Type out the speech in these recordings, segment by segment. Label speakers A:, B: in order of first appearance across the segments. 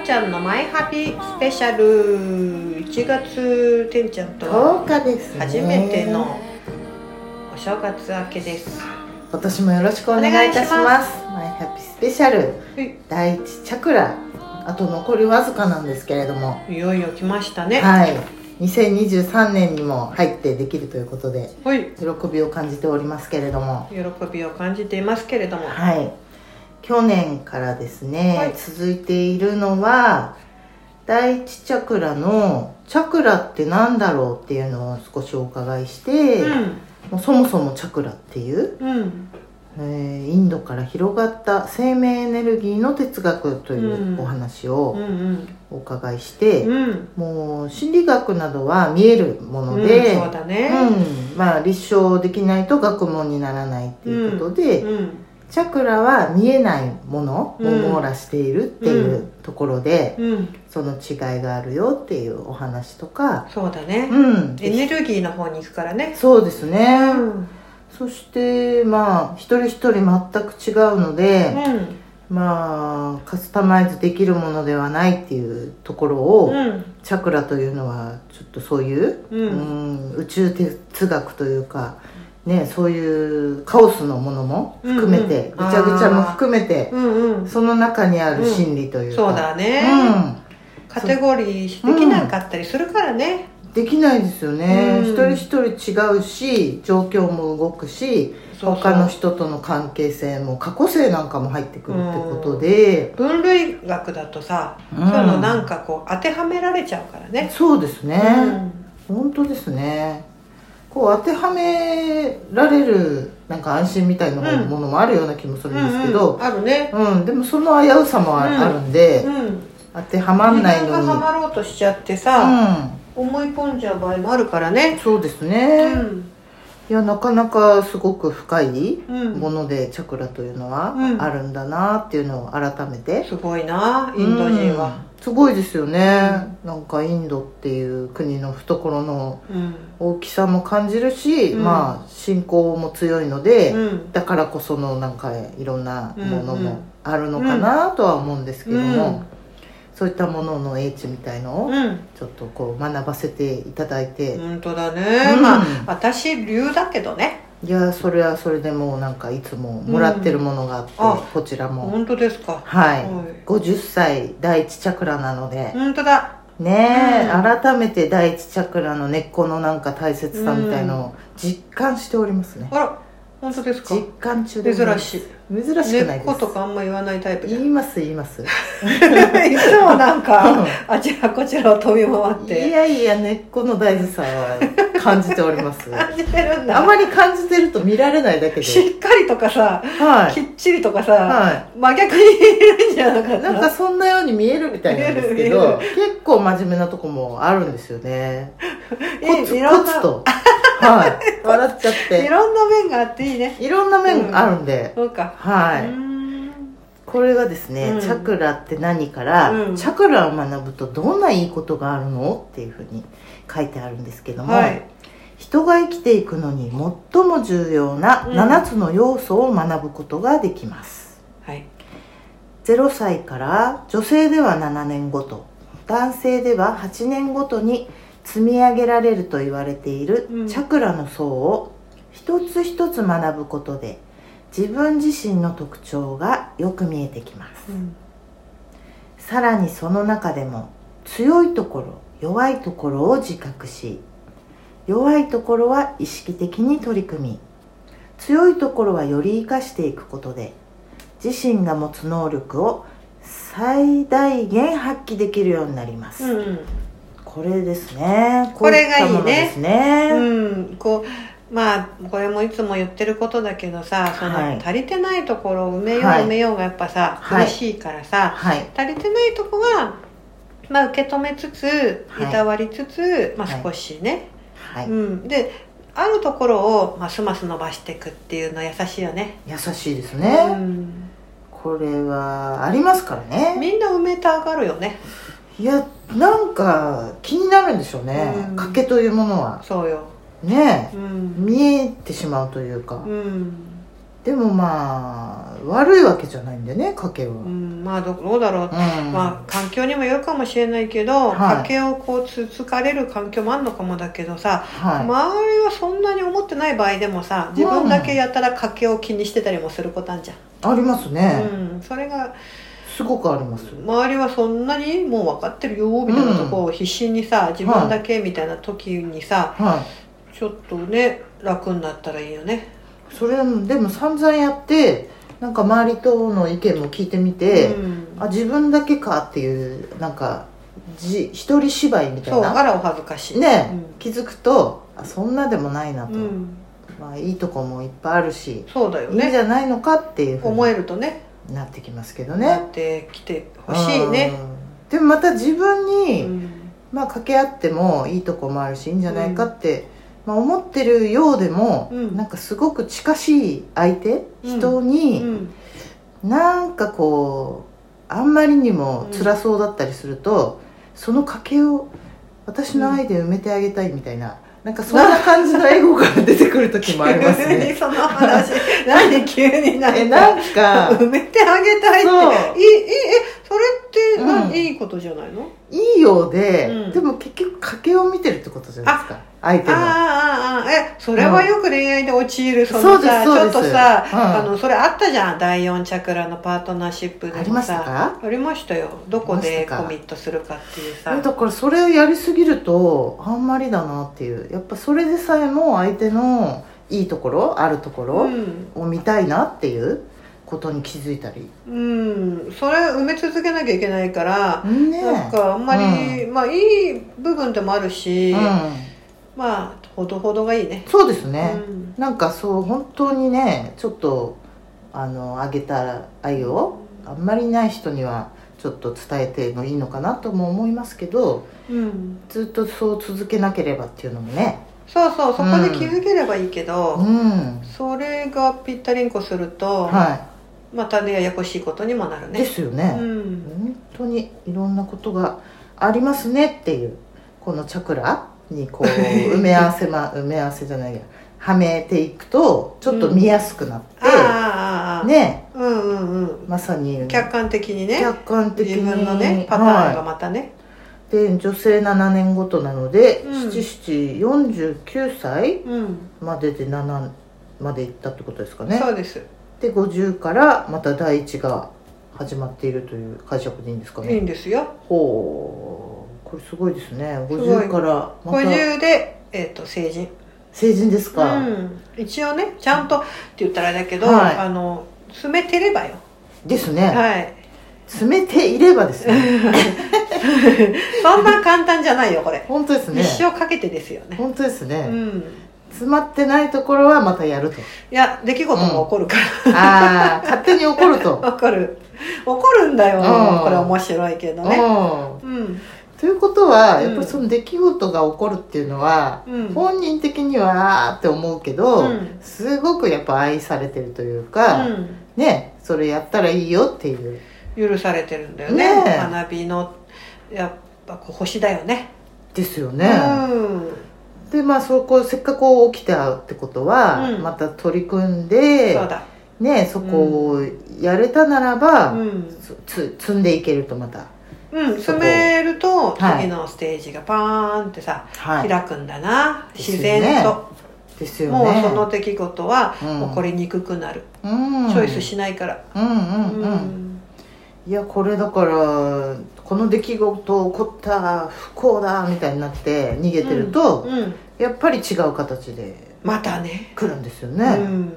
A: っちゃんのマイハピスペシャル1月てんちゃんと
B: 10日です、ね、
A: 初めてのお正月明けですは
B: 今年もよろしくお願いいたします
A: お願いし
B: マイハッピースペシャル
A: い
B: 第一チャクラあと残りわずかなんですけれども
A: いよいよ来ましたね
B: はい2023年にも入ってできるということで
A: はい
B: 喜びを感じておりますけれども
A: 喜びを感じていますけれども
B: はい去年からですね、
A: はい
B: 続いているのは第一チャクラのチャクラってなんだろうっていうのを少しお伺いして、
A: うん
B: もうそもそもチャクラっていう、
A: うん
B: えーインドから広がった生命エネルギーの哲学とい
A: うん
B: うお話
A: う
B: を
A: ん
B: お伺いし
A: う
B: て、
A: んうん
B: もう心理学などは見えるもの
A: う
B: で、
A: んそうだね
B: うんまあ、立証できないと学問にならないっていうことで、
A: うん
B: チャクラは見えないものを網羅しているっていううところで、
A: うん
B: その違いがあるよっていうお話とか、
A: そうだね
B: うん、
A: エネルギーの方に行くからね
B: そうですね、
A: うん
B: そしてまあ一人一人全く違うの
A: う
B: で、
A: ん
B: まあカスタマイズできるものではないっていうところを、
A: うん
B: チャクラというのはちょっとそういう、
A: うん
B: うん宇宙哲学というか、ね、そういうカオスのものも含めて、
A: うんうん
B: ぐちゃぐちゃも含めて。
A: うんうん
B: その中にある心理というか、
A: そうだねカテゴリーできなかったりするからね
B: うん、できないですよね、
A: うん
B: 一人一人違うし状況も動くし
A: そうそう
B: 他の人との関係性も過去性なんかも入ってくるってことで、
A: 分類学だとさ
B: うん
A: そういうのなんかこう当てはめられちゃうからね
B: そうですね、
A: うん
B: 本当ですねこう当てはめられるなんか安心みたいな
A: うん
B: ものもあるような気もするんですけど、
A: あるね
B: うんでもその危うさもあ,、
A: うん
B: るんで、
A: うん
B: 当てはまんない
A: 自分が
B: のに、
A: ハマろうとしちゃってさ思い込んじゃう場合もあるから
B: うん、
A: ね
B: そうです
A: う
B: ね、
A: ん
B: いやなかなかすごく深い
A: うん
B: もので、チャクラというのは
A: うん
B: あるんだなっていうのを改めて、
A: すごいなインド人は
B: うんすごいですよね、なんかインドっていう国の懐の
A: うん
B: 大きさも感じるし、
A: うん
B: まあ信仰も強いので、
A: うん
B: だからこそのなんかいろんなもの
A: うんうん
B: もあるのかなとは思うんですけども、
A: うん
B: そういったものの英知みたいのを
A: うん
B: ちょっとこう学ばせていただいて、
A: 本当だね
B: うん
A: まあ私流だけどね
B: いやそれはそれでもうなんかいつももらってるものがあって、
A: うんあ
B: こちらも
A: 本当ですか
B: はい、
A: はい
B: 50歳第一チャクラなので、
A: 本当だ
B: ねえ、
A: うん
B: 改めて第一チャクラの根っこのなんか大切さみたいのを実感しておりますね、
A: あら本当ですか
B: 実感中で
A: 珍
B: ございます
A: しい
B: 珍しくな
A: 根
B: い
A: っ
B: です
A: ことかあんま言わないタイプじゃん
B: 言います言います
A: いつもなん
B: うん
A: かあちらこちらを飛び回っ
B: い
A: て
B: やいや根っこの大事さは感じております
A: 感じてるんだ
B: あまり感じてると見られないだけ
A: し
B: で
A: っかりとかさ、
B: はい
A: きっちりとかさ、
B: は
A: 真逆にいるんじゃなかった
B: なんかそんなように見えるみたいなんですけど結構真面目なとこもあるんですよねコツ
A: いいろん
B: コ
A: な
B: ツとはい笑っちゃっ
A: い
B: て
A: ろんな面があっていいね
B: いろんな面があるんで、
A: そうか
B: は
A: うー
B: い
A: ん
B: これがですね、
A: うん
B: チャクラって何から、
A: うん
B: チャクラを学ぶとどんないいことがあるのっていうふうに書いてあるんですけども、
A: はい
B: 人が生きていくのに最も重要な
A: うん
B: 7つの要素を学ぶことができます、
A: はい
B: 0歳から女性では7年ごと男性では8年ごとに積み上げられると言われている
A: うん
B: チャクラの層を一つ一つ学ぶことで自分自身の特徴がよく見えてきま
A: う
B: す
A: ん
B: さらにその中でも強いところ弱いところを自覚し弱いところは意識的に取り組み強いところはより生かしていくことで自身が持つ能力を最大限発揮できるようになります、
A: うん
B: これですね
A: これがいいね
B: こうったものですね、
A: うん、こうまあこれもいつも言ってることだけどさその、
B: はい
A: 足りてないところを埋めよう、
B: はい
A: 埋めようがやっぱさ、
B: はい
A: 苦しいからさ
B: はい
A: 足りてないとこは、まあ、受け止めつつ
B: はい
A: いたわりつつ、ま
B: は
A: あ、
B: い
A: 少しね、
B: はい、
A: うん、であるところをますます伸ばしていくっていうのは優しいよね
B: 優しいですね、
A: うん、
B: これはありますからね
A: みんな埋めたがるよね
B: いやなんか気になるんでしょうね、
A: うん
B: 賭けというものは
A: そうよ、
B: ね
A: う
B: え
A: ん
B: 見えてしまうというか、
A: うん、
B: でもまあ悪いわけじゃないんだよね家計は、
A: う
B: うん
A: ん、まあどどうだろう、まあ環境にもよるかもしれないけど、
B: はい
A: 家計をこうつつかれる環境もあるのかもだけどさ、
B: はい、
A: 周りはそんなに思ってない場合でもさ自分だけやたら家計を気にしてたりもすることあんじゃ
B: あ、ります
A: ん、
B: ね、
A: うん、それが
B: すごくあります
A: 周りはそんなにもう分かってるよみたいなとこを必死にさ自分だけみたいな時にさ、
B: は
A: ちょっとね楽になったらいいよね、
B: いそれでも散々やってなんか周りとの意見も聞いてみて、
A: うん、
B: あ自分だけかっていうなんかじ一人芝居みた
A: そ
B: いう
A: あ
B: な
A: らお恥ずかしい
B: ね、気づくとあそんなでもないなと、
A: うん、うん、
B: まあ、いいとこもいっぱいあるし、
A: そうだよ
B: いいんじ
A: ね
B: ゃないのかっていうふ
A: 思
B: う
A: えるとね
B: になってきますけ
A: な
B: どね
A: ってきてほしいね、
B: うんでもまた自分
A: う
B: に、
A: ん
B: まあ掛け合ってもいいとこもあるしいいんじゃないかって、まあ、思ってるようでも、
A: うん
B: なんかすごく近しい相手、
A: うん
B: 人
A: う
B: に、
A: ん
B: なんかこうあんまりにも辛そうだったりすると、その家計を私の愛で埋めてあげたいみたいな、なんかそんな感じのエゴから出てくる時もあります
A: 急
B: ね
A: にその 話何で急になんか
B: えなんか
A: 埋めてあげたい
B: そ
A: っ
B: う
A: ていいいいえそれって何、
B: うん
A: いいことじゃないの
B: いいようで、
A: うん
B: でも結局家計を見てるってことじゃないですか相手の
A: ああああえそれはよく恋愛で陥るそ
B: そ
A: の
B: うで
A: さ
B: す
A: ち
B: そう
A: ょ
B: で
A: っ
B: す
A: とさ、
B: うん
A: あのそれあったじゃん第4チャクラのパートナーシップでもさ
B: ありましたか
A: ありましたよどこ
B: あり
A: で
B: ましたか
A: コミットするかっていうさ
B: だからそれをやりすぎるとあんまりだなっていうやっぱそれでさえも相手のいいところあるとこ
A: う
B: ろ
A: ん、
B: を見たいなっていうことに気づいたり、
A: うん、それ埋め続けなきゃいけないから、
B: ねえ
A: なんかあんまり、まあいい部分でもあるし、
B: う
A: まあほどほどがいいね
B: ん、そうですね、
A: うん
B: なんかそう本当にねちょっとあのあげた愛をあんまりない人にはちょっと伝えてもいいのかなとも思いますけど
A: うん
B: ずっとそう続けなければっていうのもね
A: そうそうそこで気づければいいけど、
B: うん
A: それがぴったりんこすると、
B: は
A: またねややこしいことにもなる
B: いで
A: ね
B: すよ
A: う
B: ね、
A: ん
B: 本当にいろんなことがありますねっていうこのチャクラにこう埋め合わせ ま埋め合わせじゃないやはめていくとちょっと見やすくなって、
A: ああああああ
B: ね
A: うんうんうん
B: まさに
A: 客観的にね
B: 客観的に
A: 自分のねパターンがまたね、
B: はい、で女性7年ごとなので、
A: うん
B: 七七4749歳
A: うん、
B: までで7までいったってことですかね
A: そうです
B: で50からまた第1が始まっているという解釈でいいんですか
A: いい
B: ね
A: んですよ
B: ほうこれすごいですね
A: すごい
B: 50からまた
A: 50で、えっと成人、
B: 成人です
A: う
B: か、
A: ん、一応ねちゃんとって言ったらあれだけど、
B: はい
A: あの詰めてればよ
B: ですね、
A: はい
B: 詰めていればですね
A: そんな簡単じゃないよこれ、
B: 本当です ね
A: 一生かけてですよね
B: 本当ですね、
A: うん
B: 詰まってないところはまたや ると
A: いや出来事も起こるから、
B: ああ勝手に怒ると、
A: わかる怒るんだよ、
B: うん
A: これ面白いけど ね
B: うん
A: うん
B: ということは
A: うん
B: やっぱりその出来事が起こるっていうのは、
A: うん
B: 本人的にはあーって思うけど、
A: うん
B: すごくやっぱ愛されてるというか、
A: うん
B: ねそれやったらいいよっていう
A: 許されてるんだよね
B: ねえ
A: 学びのやっぱこう星だよね
B: ですよね、
A: うん
B: でまあそこせっかくこう起きて会うってことは、
A: うん
B: また取り組んで
A: そうだ
B: ね、そこをやれたならば、
A: うん、
B: つつ積んでいけるとまた、
A: うん、
B: そこ
A: 詰めると
B: はい
A: 次のステージがパーンってさ、
B: は、
A: 開くんだな
B: です
A: 自
B: よね
A: 然と、
B: ですよね
A: もうその出来事は
B: うん
A: 起こりにくくなる、
B: うん
A: チョイスしないから
B: うんうんうん、いやこれだからこの出来事起こった不幸だみたいになって逃げてると、
A: うんうん
B: やっぱり違う形で
A: またね
B: 来るんですよ
A: う
B: ね、
A: ん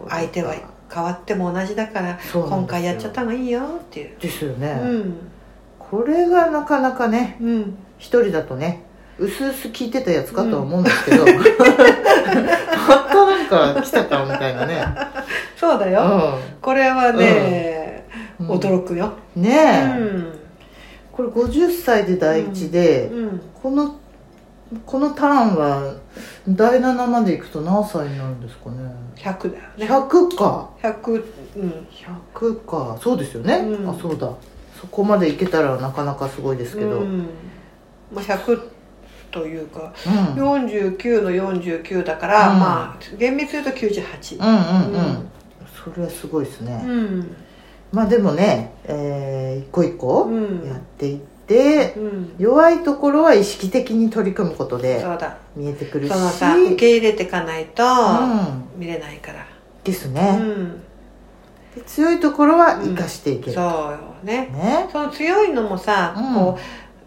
B: これ
A: 相手は変わっても同じだから
B: そうなんですよ
A: 今回やっちゃった方がいいよっていう
B: ですよ
A: う
B: ね、
A: ん
B: これがなかなかね
A: うん
B: 一人だとね薄々聞いてたやつかとは思うんですけど、またなんか来たかみたいなね、
A: そうだよ、これはね、
B: うん、
A: 驚くよ
B: ね
A: う
B: え、
A: ん
B: これ50歳で第一で、
A: うん
B: このこのターンは第7までいくと何歳になるんですかね
A: 100だよね
B: 100か
A: 100うん
B: 100かそうですよね、
A: うん
B: あそうだそこまでいけたらなかなかすごいですけど、う
A: うんんまあ、100というか49の49だから、
B: うん
A: まあ厳密に言うと98
B: うんうんうん
A: うん
B: それはすごいですね、
A: うん
B: まあでもね、えー一個一個
A: うん
B: やっていって、
A: うん
B: 弱いところは意識的に取り組むことで
A: そうだ
B: 見えてくるし
A: そのさ受け入れていかないと
B: うん、
A: 見れないから
B: です
A: う
B: ね、
A: ん
B: で強いところは生かしてい
A: そ
B: け
A: う
B: る、
A: よね
B: ね
A: その強いのもさ
B: うん
A: こ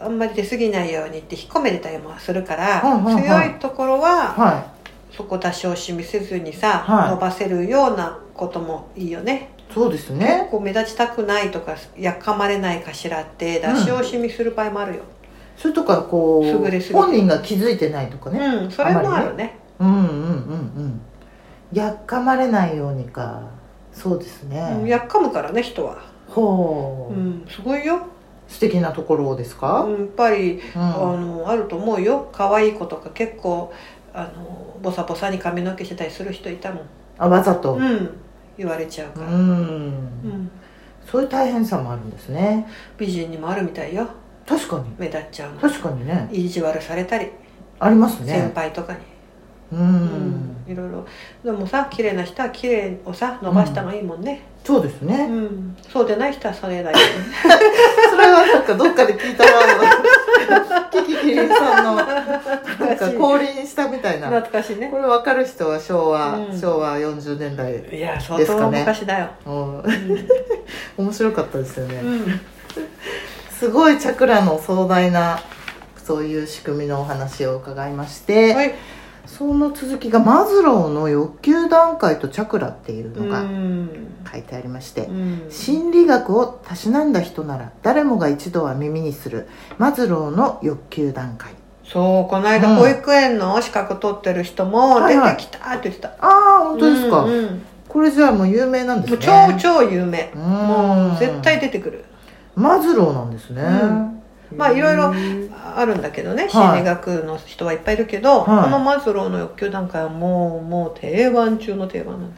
A: うあんまり出過ぎないようにって引っ込めれたりもするか
B: うんうんう
A: ら
B: ん
A: 強いところは
B: は
A: そこ出し惜しみせずにさ
B: はい
A: 伸ばせるようなこともいいよね
B: いそうです
A: 結
B: ね
A: 構目立ちたくないとかやかまれないかしらって出し惜しみする場合もあるよ
B: それとかこう
A: 優れすぎて
B: 本人が気づいてないとかね、
A: うんそれもあるね
B: うん、うんうんうんやっかまれないようにかそうですね、
A: うんやっかむからね人は
B: ほう、
A: うんすごいよ
B: 素敵なところをですか、
A: う
B: うん
A: んやっぱりあのあると思うよ可愛い子とか結構あのボサボサに髪の毛してたりする人いたもん、
B: あわざと
A: うん、言われちゃう
B: う
A: から、うん
B: んそういう大変さもあるんですね
A: 美人にもあるみたいよ
B: 確かに
A: 目立っちゃうの
B: 確かにね
A: 意地悪されたり、
B: あります
A: 先
B: ね
A: 輩とかに、
B: う
A: うんいろいろでもさ綺麗な人は綺麗をさ伸ばした方がいいもんね、
B: そうです
A: う
B: ね
A: んそうでない人はそれだ よね
B: それはなんかどっかで聞いたな キキキリンさんのなんか降臨したみたい
A: 懐
B: な
A: かしいね
B: これ分かる人は昭和、
A: うん
B: 昭和40年代
A: いや相
B: ですか
A: 当
B: ね
A: 昔だよ、
B: もう
A: う
B: 面白かったですよね、
A: んうん
B: すごいチャクラの壮大なそういう仕組みのお話を伺いまして、
A: はい
B: その続きがマズローの欲求段階とチャクラっていうの
A: う
B: が
A: ん
B: 書いてありまして、
A: うん
B: 心理学をたしなんだ人なら誰もが一度は耳にするマズローの欲求段階
A: そうこの間
B: うん
A: 保育園の資格取ってる人も
B: は
A: 出
B: いはい
A: てきたって言ってた、
B: ああ本当ですか、
A: うんうん
B: これじゃあもう有名なんです
A: もう
B: ね
A: 超超有名
B: うん
A: もう絶対出てくる
B: マズローなんですね、
A: うんまあいろいろ
B: へー
A: あるんだけどね心理学の人はいっぱいいるけど、
B: はい
A: このマズローの欲求段階はもうもう定番中の定番なんだ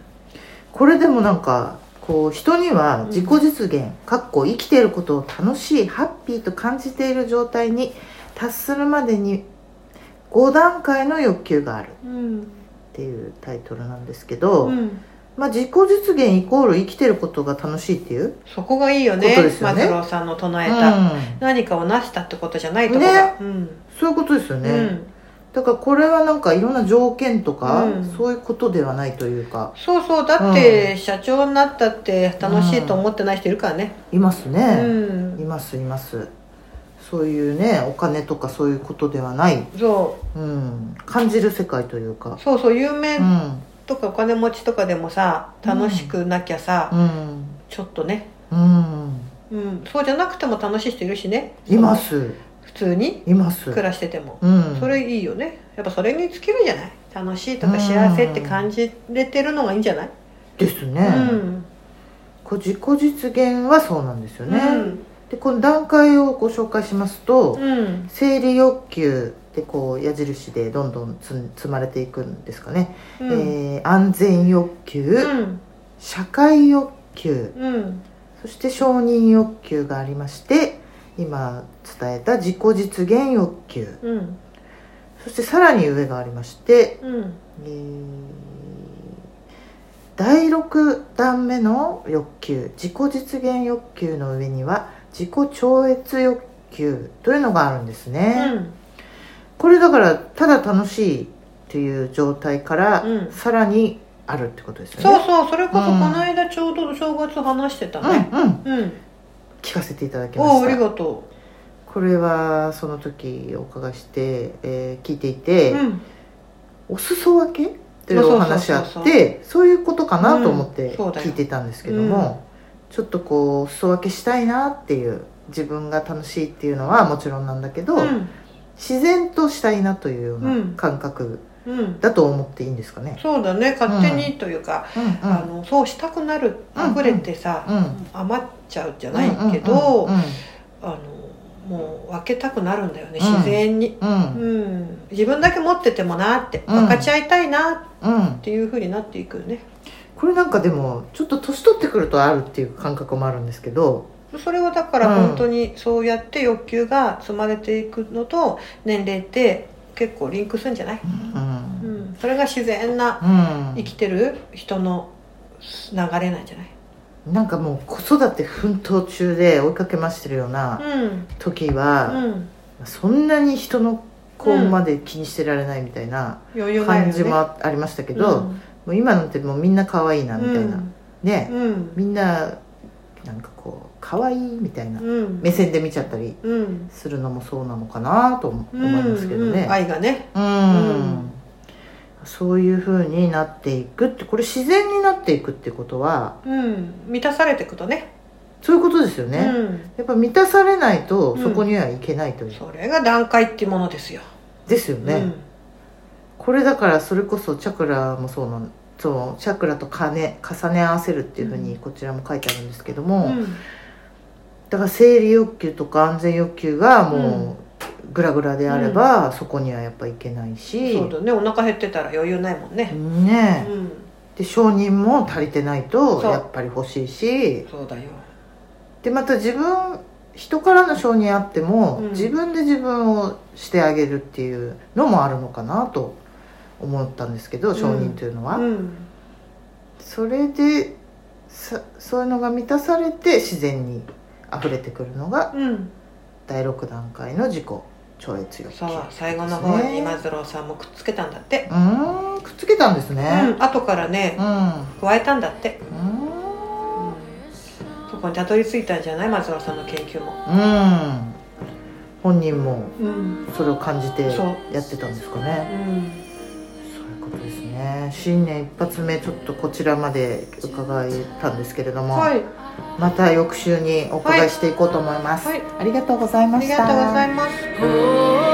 B: これでもなんかこう人には自己実現、かっこ生きていることを楽しいハッピーと感じている状態に達するまでに5段階の欲求があるっ
A: うん、
B: ていうタイトルなんですけど、
A: うん、
B: まあ、自己実現イコール生きていることが楽しいっていう、
A: そこがいいよね
B: ことですよ
A: マ
B: ね
A: ズローさんの唱え
B: う
A: た、
B: ん
A: 何かを成したってことじゃないとこが、
B: ね
A: うん
B: そういうことですよ
A: う
B: ね、
A: ん、
B: だからこれはなんかいろんな条件とか、
A: うん
B: そういうことではないというか
A: そうそうだって社長になったって楽しいと思ってない人いるからね、
B: いま
A: う
B: す
A: ん
B: ね、いますいますそういうねお金とかそういうことではない
A: そう
B: うん、感じる世界というか、
A: そうそう有名
B: うん
A: とかお金持ちとかでもさ楽しくなきゃさ、
B: うん
A: ちょっとね、
B: うん、
A: うん、そうじゃなくても楽しい人いるしね
B: います
A: 普通に
B: います、
A: 暮らしてても、
B: うん、
A: それいいよねやっぱそれに尽きるんじゃない楽しいとか幸せって感じれてるのがいいんじゃない
B: ですね
A: う、ん、
B: こう自己実現はそうなんですよ
A: う
B: ね、
A: ん
B: でこの段階をご紹介しますと、
A: うん
B: 生理欲求でこう矢印でどんどんつ積まれていくんですかね、
A: うん
B: えー安全欲求、
A: うん
B: 社会欲求
A: うん
B: そして承認欲求がありまして今伝えた自己実現欲求、
A: うん
B: そしてさらに上がありまして、
A: うん
B: えー第6段目の欲求自己実現欲求の上には自己超越欲求というのがあるんですね、これだからただ楽しいっていう状態から、
A: うん
B: さらにあるってことですよ
A: そう
B: ね
A: そうそれこそこの間ちょうどお正月話してたね
B: うんうん
A: うん、
B: 聞かせていただきま
A: おお
B: し
A: あり
B: た
A: がと、
B: これはその時お伺いして、えー聞いていうて、
A: うん、
B: お裾分けというお話あ
A: そうそう
B: っ
A: そう
B: てそういうことかなと思って
A: うんそうだよ
B: 聞いてたんですけども、ちょっとこうお裾分けしたいなっていう自分が楽しいっていうのはもちろんなんだけど、
A: うん
B: 自然としたいなというよう
A: う
B: なん感覚
A: うん
B: だと思っていいんですかね。
A: そうだね勝手にというか、
B: うん
A: あのそうしたくなる
B: うん
A: 溢れてさ、
B: うん
A: 余っちゃうじゃ
B: うん
A: ないけど、
B: うんうん
A: あのもう分けたくなるんだよね
B: うん
A: 自然に、
B: う
A: うん
B: ん
A: 自分だけ持っててもなって
B: う
A: 分
B: ん
A: かち合いたいな
B: うん
A: っていうふうになっていくよね
B: これなんかでもちょっと年取ってくるとあるっていう感覚もあるんですけど
A: それはだから本当にそうやって欲求が積まれていくのと年齢って結構リンクするんじゃない、
B: う
A: うんん、それが自然な
B: うん
A: 生きてる人の流れないんじゃない
B: なんかもう子育て奮闘中で追いかけましてるような
A: うん
B: 時は、
A: うん
B: そんなに人の子まで気にしてられないみたいな
A: 余裕ないよ、
B: 感
A: ね、
B: じもあありましたけど、もう今なんてもうみんな可愛いなみたいな、ね
A: うんうん
B: みんななんかこう可愛いみたいな
A: うん
B: 目線で見ちゃったり
A: うん
B: するのもそうなのかなと思思いますけ
A: う
B: ど
A: んうん
B: ね
A: 愛がね
B: うん、
A: うん
B: そういうふうになっていくってこれ自然になっていくってことは
A: うん満たされていくとね
B: そういうことですよね、やっぱ満たされないとそこにはいけないという、
A: うん、それが段階っていうものですよ、
B: ですよね、
A: うん
B: これだからそれこそチャクラもそうなんそうチャクラと金重ね合わせるっていうふうにこちらも書いてあるんですけども、
A: うん
B: だから生理欲求とか安全欲求がもうグラグラであれば、そこにはやっぱいけないし
A: そうだねお腹減ってたら余裕ないもんね、う
B: ね
A: ん、
B: で承認も足りてないと
A: そう
B: やっぱり欲しいし
A: そうだよ
B: でまた自分人からの承認あっても、
A: うん
B: 自分で自分をしてあげるっていうのもあるのかなと思ったんですけど承認というのは、
A: うん
B: それでさそういうのが満たされて自然に溢れてくるのが
A: うん
B: 第6段階の自己超越欲求
A: さあ最後の方に今郎さんもくっつけたんだって、
B: うーんくっつけたんですね
A: うん後からね
B: うん
A: 加えたんだって、
B: うん
A: そこにたどり着いたんじゃない松郎さんの研究も、
B: うん本人も
A: うん
B: それを感じて
A: そう
B: やってたんですかねそういうことですね新年一発目ちょっとこちらまで伺えたんですけれども、
A: はい
B: また翌週にお伺いしていこうと思います、
A: はい
B: ありがとうござい
A: あ
B: ま
A: り
B: し
A: が
B: た
A: とうございま
C: 「
A: す